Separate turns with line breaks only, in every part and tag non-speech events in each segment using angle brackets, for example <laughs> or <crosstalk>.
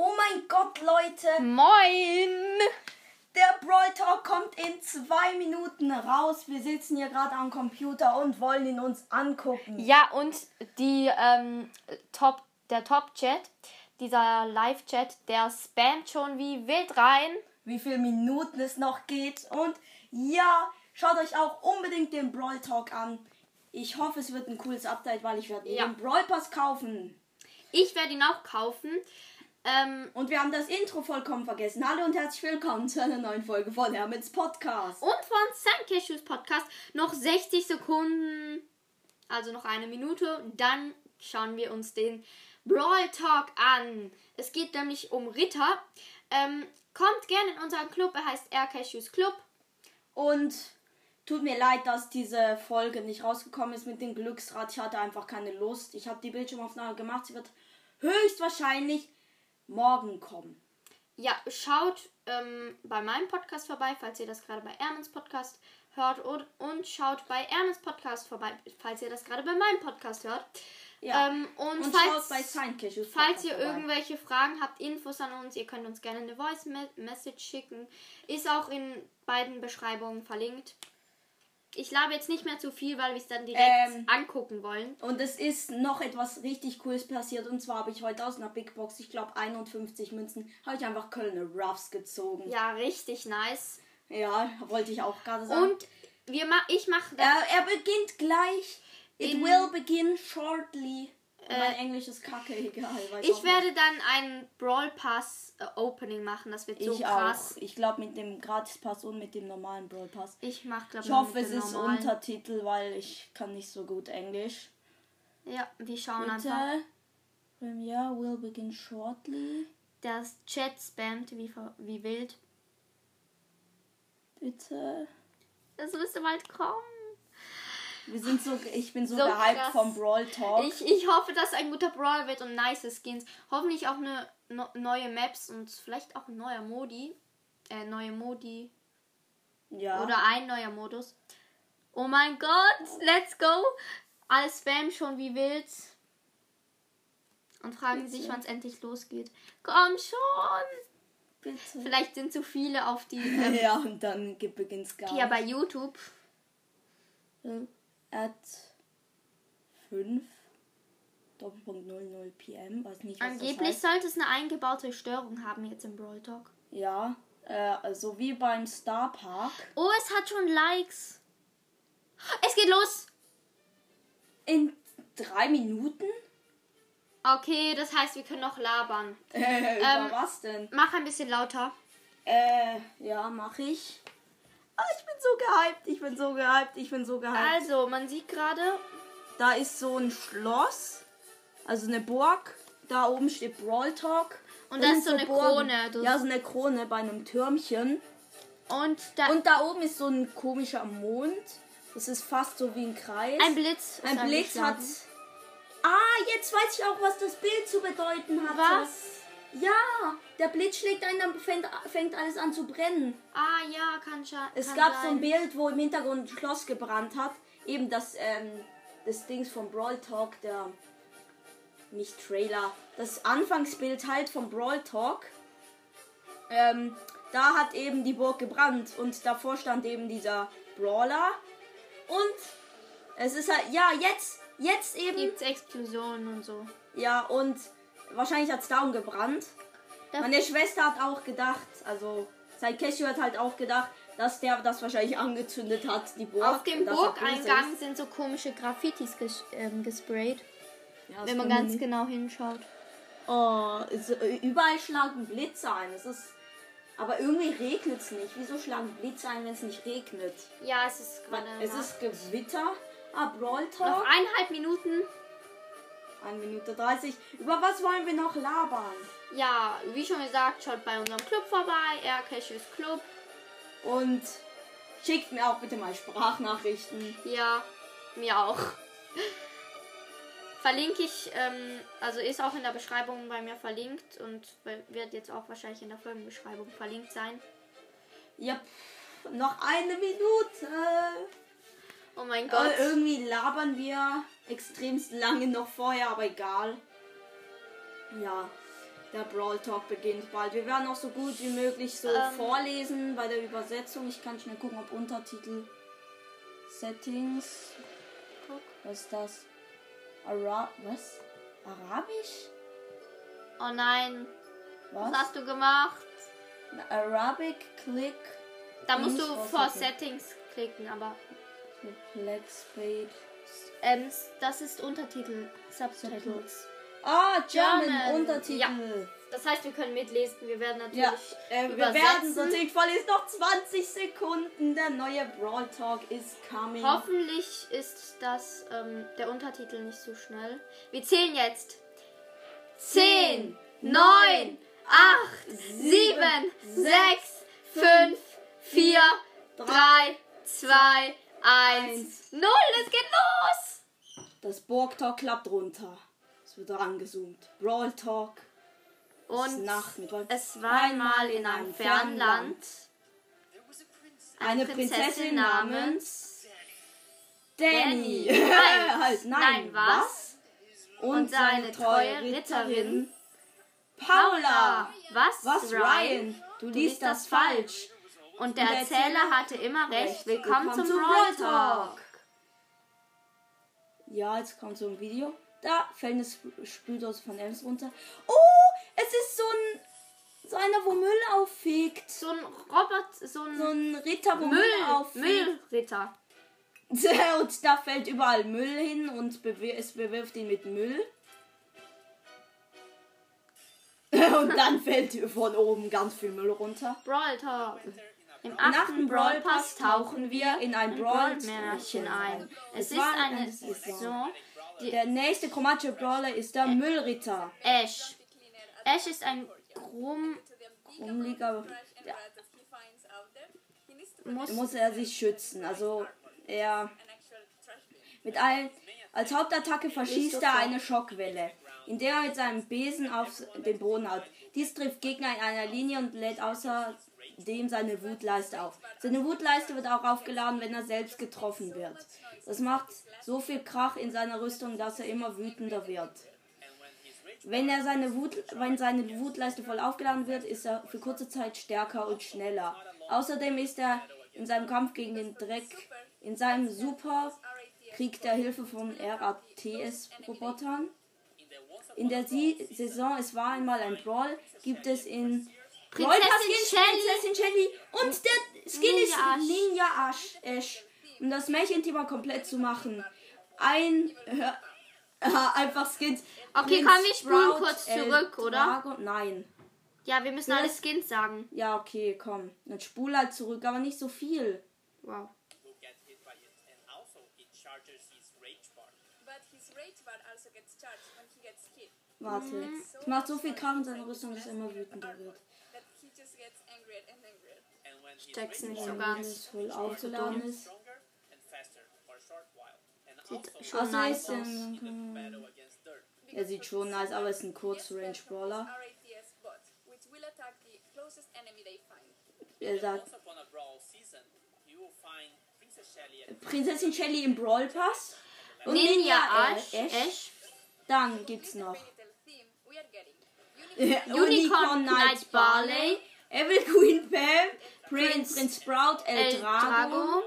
Oh
Moin!
Der Brawl Talk kommt in zwei Minuten raus. Wir sitzen hier gerade am Computer und wollen ihn uns angucken.
Ja, und die, ähm, Top, der Top-Chat, dieser Live-Chat, der spammt schon wie wild rein.
Wie viele Minuten es noch geht. Und ja, schaut euch auch unbedingt den Brawl Talk an. Ich hoffe, es wird ein cooles Update, weil ich werde mir
Ja.
den Brawl Pass kaufen.
Ich werde ihn auch kaufen. Ähm,
Und wir haben das Intro vollkommen vergessen. Hallo und herzlich willkommen zu einer neuen Folge von Hermits Podcast.
und von Sunkissues Podcast noch 60 Sekunden, also noch eine Minute. Dann schauen wir uns den Brawl Talk an. Es geht nämlich um Ritter. Ähm, kommt gerne in unseren Club, er heißt RKShoes Club.
Und tut mir leid, dass diese Folge nicht rausgekommen ist mit dem Glücksrad. Ich hatte einfach keine Lust. Ich habe die Bildschirmaufnahme gemacht. Sie wird höchstwahrscheinlich morgen kommen.
Ja, schaut ähm, bei meinem Podcast vorbei, falls ihr das gerade bei Ermens Podcast hört. Und, und schaut bei Ermens Podcast vorbei, falls ihr das gerade bei meinem Podcast hört.
Ja.
Ähm, und
und
falls,
schaut bei Seinkirche.
falls ihr irgendwelche Fragen habt, Infos an uns, ihr könnt uns gerne eine Voice Me- Message schicken. Ist auch in beiden Beschreibungen verlinkt. Ich labe jetzt nicht mehr zu viel, weil wir es dann direkt
Ähm.
angucken wollen.
Und es ist noch etwas richtig Cooles passiert. Und zwar habe ich heute aus einer Big Box, ich glaube 51 Münzen, habe ich einfach Kölner Ruffs gezogen.
Ja, richtig nice.
Ja, wollte ich auch gerade sagen.
Und wir ma ich mache
Äh, er beginnt gleich. It
In- Äh,
will begin shortly. Und mein Englisch ist kacke, egal. weiß auch
Ich
nicht.
werde dann ein Brawl Pass äh, Opening machen, das wird so
ich
krass.
auch. Ich glaube mit dem Gratispass und mit dem normalen Brawl Pass.
Ich mach glaube
Ich hoffe, es ist Untertitel, weil ich kann nicht so gut Englisch.
Ja, wir schauen einfach.
Bitte. Premiere will begin shortly.
Das Chat spammt wie, ver- wie wild.
Bitte.
Das müsste bald kommen.
Wir sind so, ich bin so,
So
gehypt
krass.
vom Brawl Talk.
Ich, ich hoffe, dass ein guter Brawl wird und nice Skins. Hoffentlich auch eine no neue Maps und vielleicht auch ein neuer Modi. Äh, neue Modi.
ja.
Oder ein neuer Modus. Oh mein Gott, let's go. Alle spammen schon wie wild. Und fragen sich, wann es endlich losgeht. Komm schon!
bitte. <laughs>
Vielleicht sind zu viele auf die, ähm,
Ja, und dann ge- beginnt's gar
ja, bei YouTube.
nicht. Äh, At 5 Doppelpunkt 00 PM, weiß nicht, was
Angeblich
das heißt.
sollte es eine eingebaute Störung haben jetzt im Brawl Talk.
Ja, äh, so wie beim Star Park.
Oh, es hat schon Likes. Es geht los!
In drei Minuten?
Okay, das heißt, wir können noch labern.
Äh, über was denn?
Mach ein bisschen lauter.
Äh, ja, mach ich. Ah, ich bin so gehypt, ich bin so gehypt, ich bin so gehypt.
Also, man sieht gerade,
Da ist so ein Schloss, also eine Burg. Da oben steht Brawl Talk.
Und da ist so
so
eine
Burgen.
Krone, das-
Ja, so eine Krone bei einem Türmchen.
und da
Und da oben ist so ein komischer Mond. Das ist fast so wie ein Kreis.
ein Blitz. ist
Ein Blitz hat.
eingeschlagen.
Ah, jetzt weiß ich auch, was das Bild zu bedeuten hat.
Was?
Ja, der Blitz schlägt einen, dann fängt, fängt alles an zu brennen.
Ah ja, kann schon.
Es
kann
gab
sein.
so ein Bild, wo im Hintergrund ein Schloss gebrannt hat. Eben das, ähm, das Dings vom Brawl Talk, der. Nicht Trailer. Das Anfangsbild halt vom Brawl Talk. Ähm, da hat eben die Burg gebrannt und davor stand eben dieser Brawler. Und es ist halt. Ja, jetzt. Jetzt eben.
Gibt's Explosionen und so.
Ja, und wahrscheinlich hat es darum gebrannt.
Da-
Meine Schwester hat auch gedacht, also sein Cashew hat halt auch gedacht, dass der das wahrscheinlich angezündet hat, die Burg.
Auf dem
und dass er böse
Burgeingang
ist.
sind so komische Graffitis ges ähm, gesprayt,
Ja, das
wenn man
kann
ganz
nicht-
genau hinschaut.
Oh, es- überall schlagen Blitze ein. Es ist. Aber irgendwie regnet es nicht. Wieso schlagen Blitze ein, wenn es nicht regnet?
Ja, es ist gerade.
es
mal-
ist Gewitter. Ah, Brawl
noch
Talk.
eineinhalb Minuten.
1 Minute 30. Über was wollen wir noch labern?
Ja, wie schon gesagt, schaut bei unserem Club vorbei, Air Cashews Club.
Und schickt mir auch bitte mal Sprachnachrichten.
Ja, mir auch. <laughs> Verlinke ich, ähm, also ist auch in der Beschreibung bei mir verlinkt und wird jetzt auch wahrscheinlich in der Folgenbeschreibung verlinkt sein.
Ja, pff, noch eine Minute.
Oh mein Gott.
Aber irgendwie labern wir extremst lange noch vorher, aber egal. Ja. Der Brawl Talk beginnt bald. Wir werden auch so gut wie möglich so
Ähm.
vorlesen bei der Übersetzung. Ich kann schnell gucken, ob Untertitel Settings.
Guck.
Was ist das? Ara was? Arabisch?
Oh nein, was
Was?
hast du gemacht?
Arabic Click
Da
Ich
musst
muss
du
raus,
vor
okay.
Settings klicken, aber
Flex Page.
ähm, das ist Untertitel, Subtitles.
Ah, German,
German.
Untertitel.
Ja. Das heißt, wir können mitlesen. Wir werden natürlich
Ja, äh, wir
übersetzen.
werden natürlich voll ist noch 20 Sekunden. Der neue Brawl Talk ist coming.
Hoffentlich ist das ähm, der Untertitel nicht so schnell. Wir zählen jetzt. 10, 9, 8, 7, 6, 5, 4, 3, 2, 1, 0. Es geht los!
Das Borg Talk klappt runter. Es wird angezoomt. Brawl Talk. Es ist
Und
Nacht mit Wolf-
es war einmal in einem fernen Land
eine Prinzessin namens Danny.
Nein,
<laughs> Halt,
nein, was?
Und,
Und
seine treue Ritterin Paula.
Was?
Was, Ryan? Du liest das falsch.
Und der Erzähler hatte immer recht. Willkommen, zum Brawl
Brawl
Talk.
Ja, jetzt kommt so ein Video. Da fällt eine Spüldose von Ems runter. Oh, es ist so ein. So einer, wo Müll auffegt.
So ein Robert, so ein,
So ein Ritter, wo Müll,
Müll,
auffegt.
Müllritter.
<laughs> Und da fällt überall Müll hin und bewir es bewirft ihn mit Müll. <laughs> Und dann fällt von oben ganz viel Müll runter.
Brawl Talk. Im
Nach
achten
dem
Brawl
Brawl-Pass
Pass tauchen wir in ein Brawl-Märchen
Brawl-Märchen
ein.
ein.
Es
Es
ist
war
eine
eine
Saison.
Saison.
Die
Der nächste chromatische Brawler ist der Müllritter.
Ash. Ash ist ein Grum.
Umlieger.
Ja.
Muss,
Muss er sich schützen. Also er mit allen als Hauptattacke verschießt er eine Schockwelle, in der er mit seinem Besen auf den Boden haut. Dies trifft Gegner in einer Linie und lädt außerdem seine Wutleiste auf. Seine Wutleiste wird auch aufgeladen, wenn er selbst getroffen wird. Das macht so viel Krach in seiner Rüstung, dass er immer wütender wird. Wenn er seine Wut, wenn seine Wutleiste voll aufgeladen wird, ist er für kurze Zeit stärker und schneller. Außerdem ist er in seinem Kampf gegen den Dreck, in seinem Super kriegt er Hilfe von RATS-Robotern. In der Sie Saison Es war einmal ein Brawl gibt es in Brawl
Prinzessin
Pass Skins
Shelly.
Prinzessin Shelly und der Skin
Ninja
ist
Ash.
Ninja Ash, Ash. Um das Märchenthema komplett zu machen. Ein äh, <laughs> einfach Skins.
Okay,
Prinz
komm, wir spulen
Sprout,
kurz
El
zurück, oder?
Drago- Nein.
ja, wir müssen alle Skins sagen.
Ja, okay, komm. Dann spul halt zurück, aber nicht so viel.
Wow.
will get hit by it, and also it charges his rage bar.
also
Warte.
Mhm.
Es macht so viel Kraft in seiner Rüstung, dass er immer wütender wird.
And when his
Steck's
rage
nicht so
bar
ganz.
voll aufgeladen
is
ist.
stronger and faster for a short while, and
Sieht
also
schon
Also
nice
ist
aus.
ähm,
in the battle against dirt.
Er sieht schon nice, aber ist ein Kurzrange-Brawler. Er sagt,
Once upon a brawl season, you will find Princess Shelly at
Prinzessin Shelly im Brawl Pass. Und
Ninja
Ninja
Ash.
Ash.
Ash.
Dann gibt's noch
<laughs>
<laughs>
Unicorn Knight Barley.
Evil Queen Pam,
Prinz-
Prince, Prince Sprout, El, Drago.
El Drago.
Dragon.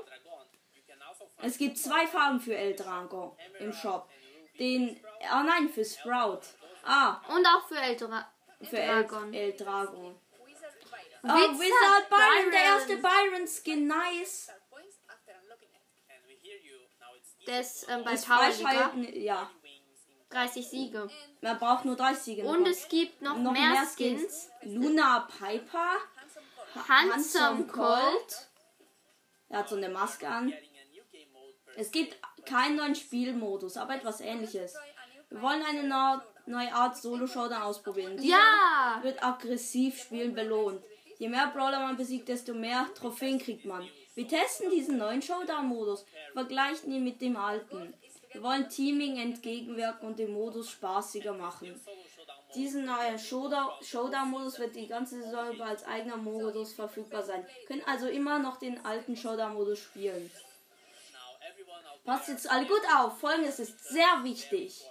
You can also find
Es gibt zwei Farben für El Drago im Shop. Den, ah nein, für Sprout. Ah,
Und auch für ältere.
für El,
Dragon.
El Drago. Oh,
Wizard
Wizard, Byron,
Byron.
der erste Byron-Skin, nice.
And we hear you. Now it's easy
Der ist ähm, bei
Das
Power Liga.
Freischalten, ja.
30 Siege.
Man braucht nur 30 Siege.
Und es gibt noch,
noch
mehr Skins.
Luna Piper.
Handsome
Handsome
Colt.
Er hat so eine Maske an.
getting a new game mode per
Es gibt keinen neuen Spielmodus, aber etwas ähnliches. Wir wollen eine na- neue Art Solo-Showdown ausprobieren. Dieser
Ja!
wird aggressiv spielen belohnt. Je mehr Brawler man besiegt, desto mehr Trophäen kriegt man. Wir testen diesen neuen Showdown-Modus, vergleichen ihn mit dem alten. Wir wollen Teaming entgegenwirken und den Modus spaßiger machen.
solo showdown mode.
Diesen neuen Showdown- Showdown-Modus wird die ganze Saison über als eigener Modus verfügbar sein. Können also immer noch den alten Showdown-Modus spielen.
Now everyone out
Passt
there
jetzt alle gut auf. Folgendes ist sehr wichtig.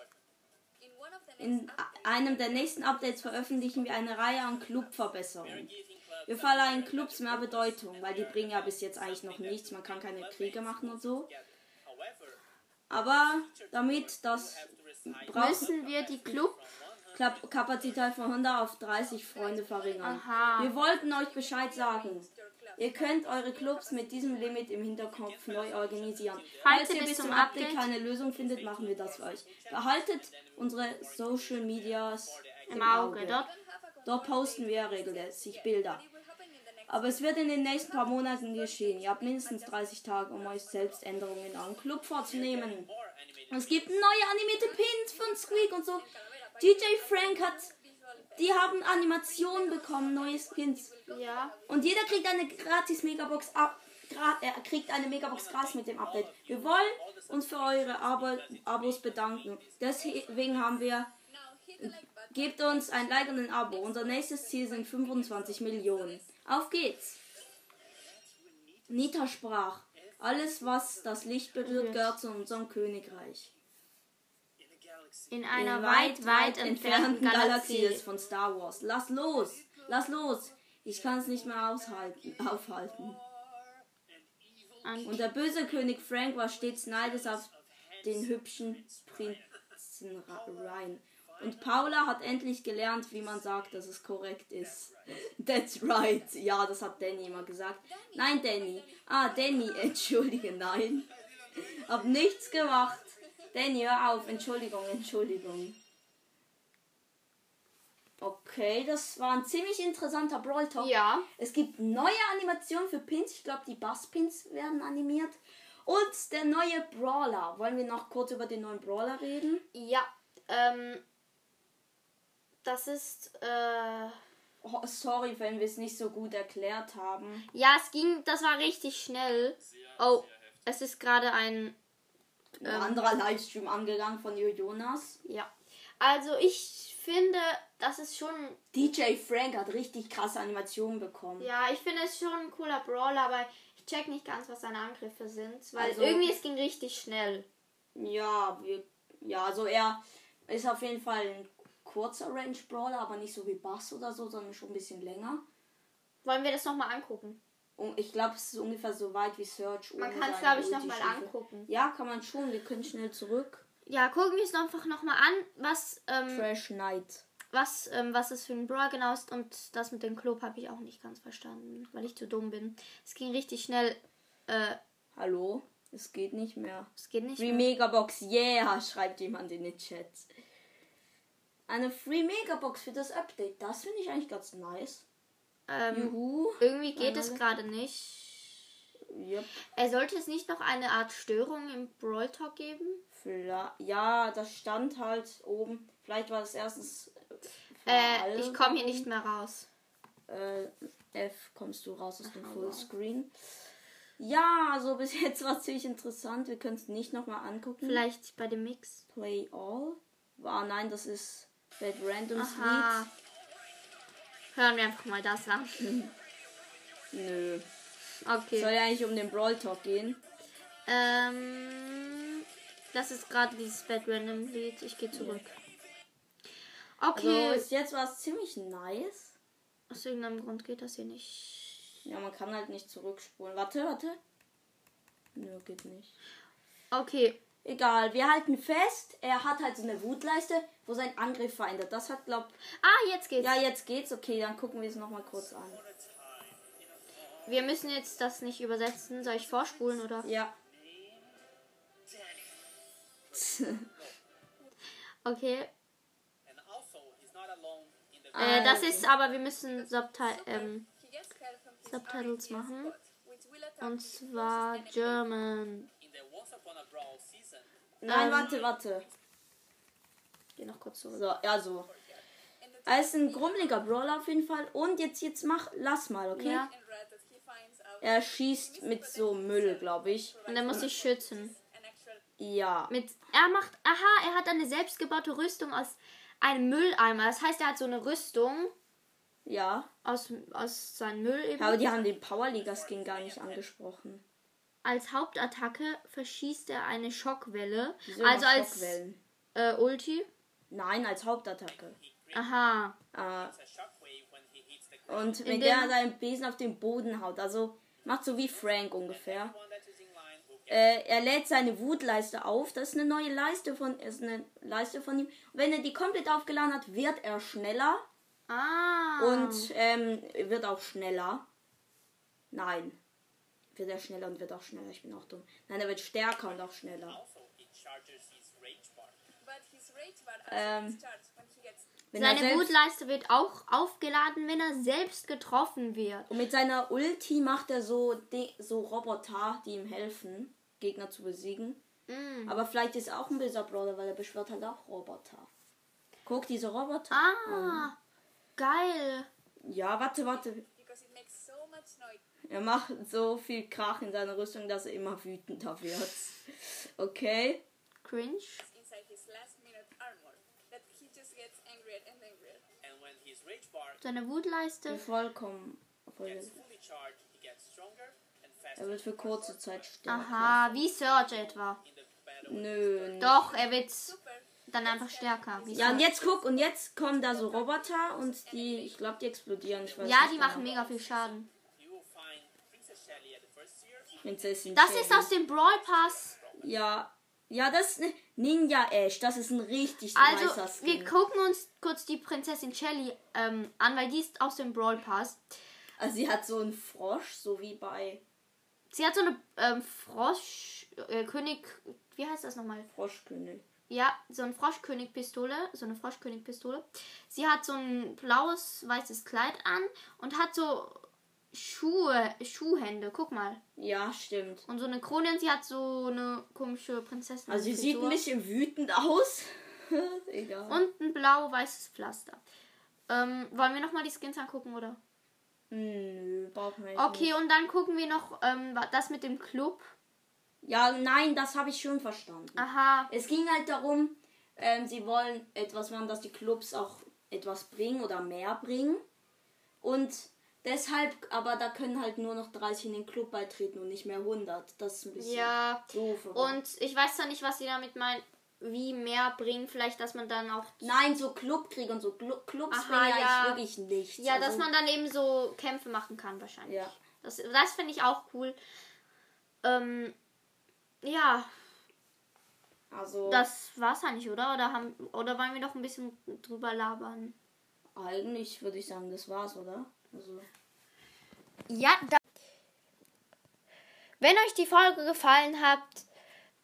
In one of the
In a- einem der nächsten Updates veröffentlichen wir eine Reihe an Clubverbesserungen.
Getting clubs
Wir verleihen Clubs mehr Bedeutung, weil die bringen ja bis jetzt eigentlich noch nichts. Man kann keine Kriege machen und so.
together. However,
Aber damit das braucht
Müssen wir die Club.
Kap- Kapazität von 100 auf 30 Freunde verringern.
Aha.
Wir wollten euch Bescheid sagen. Ihr könnt eure Clubs mit diesem Limit im Hinterkopf neu organisieren.
Falls
Falls ihr
ihr
bis
bis
zum
zum
Update
Update
keine Lösung findet, machen wir das für euch. Behaltet unsere Social Medias
Im Auge. Dort
Dort posten wir regelmäßig Bilder. Aber es wird in den nächsten paar Monaten geschehen. Ihr habt mindestens 30 Tage, um euch selbst Änderungen in eurem Club vorzunehmen. Es gibt neue animierte Pins von Squeak und so. DJ Frank hat. Die haben Animationen bekommen, neue Skins.
Ja.
Und jeder kriegt eine gratis Megabox ab. Gra äh, kriegt eine Megabox gratis mit dem Update. Wir wollen uns für eure Arbeit- Abos bedanken. Deswegen haben wir Gebt uns ein Like und ein Abo. Unser nächstes Ziel sind 25 Millionen. Auf geht's! Nita sprach: Alles, was das Licht
Mhm.
berührt, gehört zu unserem Königreich.
In einer weit, weit entfernten Galaxie.
ist von Star Wars. Lass los! Lass los! Ich kann es nicht mehr aushalten, <laughs> aufhalten.
Und
Und der böse König Frank war stets neidisch auf den hübschen Prinzen Ra- Ryan. Und Paula hat endlich gelernt, wie man sagt, dass es korrekt ist. <laughs> That's right. Ja, das hat Danny immer gesagt. Nein, Danny. Ah, Danny, <laughs> entschuldige, nein. <laughs> Hab nichts gemacht. Danny, hör auf. Entschuldigung, Entschuldigung. Okay, das war ein ziemlich interessanter Brawl Talk.
ja.
Es gibt neue Animationen für Pins. Ich glaube, die Basspins werden animiert. Und der neue Brawler. Wollen wir noch kurz über den neuen Brawler reden?
Ja. Ähm. Das ist. Äh,
Oh, sorry, wenn wir es nicht so gut erklärt haben.
ja, es ging. Das war richtig schnell. Oh. Es ist gerade ein.
Ein anderer Livestream angegangen von Jo Jonas.
Ja. Also ich finde, das ist schon
DJ Frank hat richtig krasse Animationen bekommen.
Ja, ich finde es schon ein cooler Brawler, aber ich check nicht ganz, was seine Angriffe sind, weil
Also-
irgendwie es ging richtig schnell.
Ja, wir, ja, also er ist auf jeden Fall ein kurzer Range Brawler, aber nicht so wie Bass oder so, sondern schon ein bisschen länger.
Wollen wir das nochmal angucken?
Und Oh, ich glaube, es ist ungefähr so weit wie Search.
Man
ohne
kann es,
seine
glaube ich, nochmal
Ulti-Stufe.
angucken.
Ja, kann man schon. Wir können schnell zurück.
Ja, gucken wir es einfach nochmal an, was, ähm,
Trash Knight.
was, ähm, was es für ein Brawler genau ist. Und das mit dem Club habe ich auch nicht ganz verstanden, weil ich zu dumm bin. Es ging richtig schnell. Äh,
Hallo? Es geht nicht mehr.
es geht nicht.
Free
mehr.
Megabox, yeah, schreibt jemand in den Chat. Eine Free Megabox für das Update. Das finde ich eigentlich ganz nice.
Ähm,
Juhu.
irgendwie geht
Warte,
es
warte.
gerade nicht.
Yep.
Er sollte es nicht noch eine Art Störung im Brawl Talk geben?
Vla- Ja, das stand halt oben. Vielleicht war das erstens. für
Äh,
alle.
ich komme hier nicht mehr raus.
Äh, F kommst du raus aus dem
Aha,
Fullscreen. Ja, also bis <laughs> jetzt war es ziemlich interessant. Wir können es nicht nochmal angucken.
Vielleicht bei dem Mix.
Play All. Ah nein, das ist Bad Random
Aha.
Sweet.
Hören wir einfach mal das an.
Nö. Soll
Okay.
ja eigentlich um den Brawl Talk gehen.
Ähm, das ist gerade dieses Bad Random Lied. Ich gehe zurück.
Also
Okay.
bis jetzt war es ziemlich nice.
Aus irgendeinem Grund geht das hier nicht.
Ja, man kann halt nicht zurückspulen. Warte, warte. Nö, geht nicht.
Okay.
Egal, wir halten fest, er hat halt so eine Wutleiste, wo sein Angriff verändert. Das hat, glaub.
Ah, jetzt geht's.
Ja, jetzt geht's. Okay, dann gucken wir es nochmal kurz an.
Wir müssen jetzt das nicht übersetzen. Soll ich vorspulen oder?
Ja.
Okay.
And also, he's not alone in the
Äh, das
Also.
ist aber, wir müssen Subtitle, ähm,
Subtitles machen.
und zwar German.
in the Once Upon a Brawl season.
Nein,
Ähm.
warte, warte.
Geh noch kurz zurück.
So, ja, so. Er ist ein grummeliger Brawler auf jeden Fall. Und jetzt, jetzt mach, lass mal, okay?
Ja.
Er schießt mit so Müll, glaube ich.
Und er muss sich schützen.
Ja.
Mit, er macht, aha, er hat eine selbstgebaute Rüstung aus einem Mülleimer. Das heißt, er hat so eine Rüstung
Ja.
aus, aus seinem Müll eben.
Aber die haben den Powerliga-Skin gar nicht angesprochen.
Als Hauptattacke verschießt er eine Schockwelle.
Wieso
also
immer
als
Schockwellen?
äh, Ulti.
Nein, als Hauptattacke.
He creates
Aha.
Äh,
a shockwave when he hits the ground.
und wenn
Indem-
der seinen Besen auf den Boden haut, also macht so wie Frank ungefähr.
Anyone that is in line will get
Äh, er lädt seine Wutleiste auf. Das ist eine neue Leiste von, ist eine Leiste von ihm. Wenn er die komplett aufgeladen hat, wird er schneller
Ah.
und ähm, wird auch schneller. Nein, wird er schneller und wird auch schneller. Ich bin auch dumm. Nein, er wird stärker und auch schneller.
also it charges his rage bar.
But his rage bar also
Ähm.
gets charged when he gets
Wenn er
Seine
selbst-
Wutleiste wird auch aufgeladen, wenn er selbst getroffen wird.
Und mit seiner Ulti macht er so, De so Roboter, die ihm helfen, Gegner zu besiegen.
Mm.
Aber vielleicht ist er auch ein böser Brawler, weil er beschwört halt auch Roboter. Guck, diese Roboter.
Ah. Geil.
Ja, warte, warte.
because it makes so much noise.
Er macht so viel Krach in seiner Rüstung, dass er immer wütender wird. Okay.
Cringe.
inside his last minute armor that he just gets angrier and angrier.
And when his rage bar
Seine Wutleiste.
Vollkommen. voll-
gets fully charged, he gets stronger and
Er
faster
wird für kurze Zeit sterben.
Aha, wie Surge etwa.
in the battle.
Nö.
Doch, er wird
Super.
dann einfach stärker. Wie
Ja, und
Surge.
jetzt guck, und jetzt kommen da so Roboter und die, ich glaube, die explodieren. Ich weiß
ja,
nicht
die
genau.
machen mega viel Schaden.
You will find Princess Shelly at the first year.
Prinzessin
Das
Shelly.
ist aus dem Brawl Pass.
Ja. Ja, das ist ne Ninja Ash. Das ist ein richtig nicer
Also,
Skin.
wir gucken uns kurz die Prinzessin Shelly ähm, an, weil die ist aus dem Brawl Pass.
Also sie hat so einen Frosch, so wie bei
Sie hat so eine ähm, Frosch. Äh, König. Wie heißt das nochmal?
Froschkönig.
Ja, so eine Froschkönig-Pistole. So eine Froschkönig-Pistole. Sie hat so ein blaues, weißes Kleid an und hat so Schuhe, Schuhhände. Guck mal.
Ja, stimmt.
Und so eine Krone. Und sie hat so eine komische Prinzessin.
Also sie sieht ein bisschen wütend aus. <laughs> Egal.
Und ein blau-weißes Pflaster. Ähm, wollen wir nochmal die Skins angucken, oder?
Hm, Nö, brauchen wir jetzt
Okay,
nicht.
und dann gucken wir noch ähm, wa- das mit dem Club.
Ja, nein, das habe ich schon verstanden.
Aha.
Es ging halt darum, ähm, sie wollen etwas machen, dass die Clubs auch etwas bringen oder mehr bringen. Und deshalb, aber da können halt nur noch 30 in den Club beitreten und nicht mehr 100. Das ist ein bisschen
Ja.
doof. aber-
Und ich weiß zwar nicht, was sie damit meinen, wie mehr bringen. Vielleicht, dass man dann auch.
Nein, so Clubkrieg und so Glu- Clubs
Aha,
bringen
ja.
eigentlich wirklich nichts.
Ja, dass
Also,
man dann eben so Kämpfe machen kann, wahrscheinlich.
Ja.
Das, das finde ich auch cool. Ähm, ja,
Also,
das war's eigentlich, oder? Oder, haben, oder wollen wir noch ein bisschen drüber labern?
eigentlich würde ich sagen, das war's, oder? Also.
Ja, da wenn euch die Folge gefallen hat,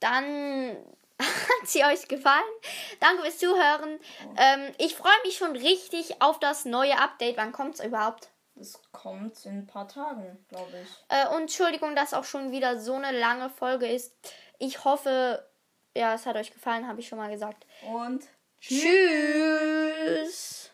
dann <laughs> hat sie euch gefallen. Danke fürs Zuhören. Ähm, ich freue mich schon richtig auf das neue Update. Wann kommt's überhaupt?
Das kommt in ein paar Tagen, glaube ich.
Äh, und Entschuldigung, dass auch schon wieder so eine lange Folge ist. Ich hoffe, ja, es hat euch gefallen, habe ich schon mal gesagt.
Und.
Tschüss.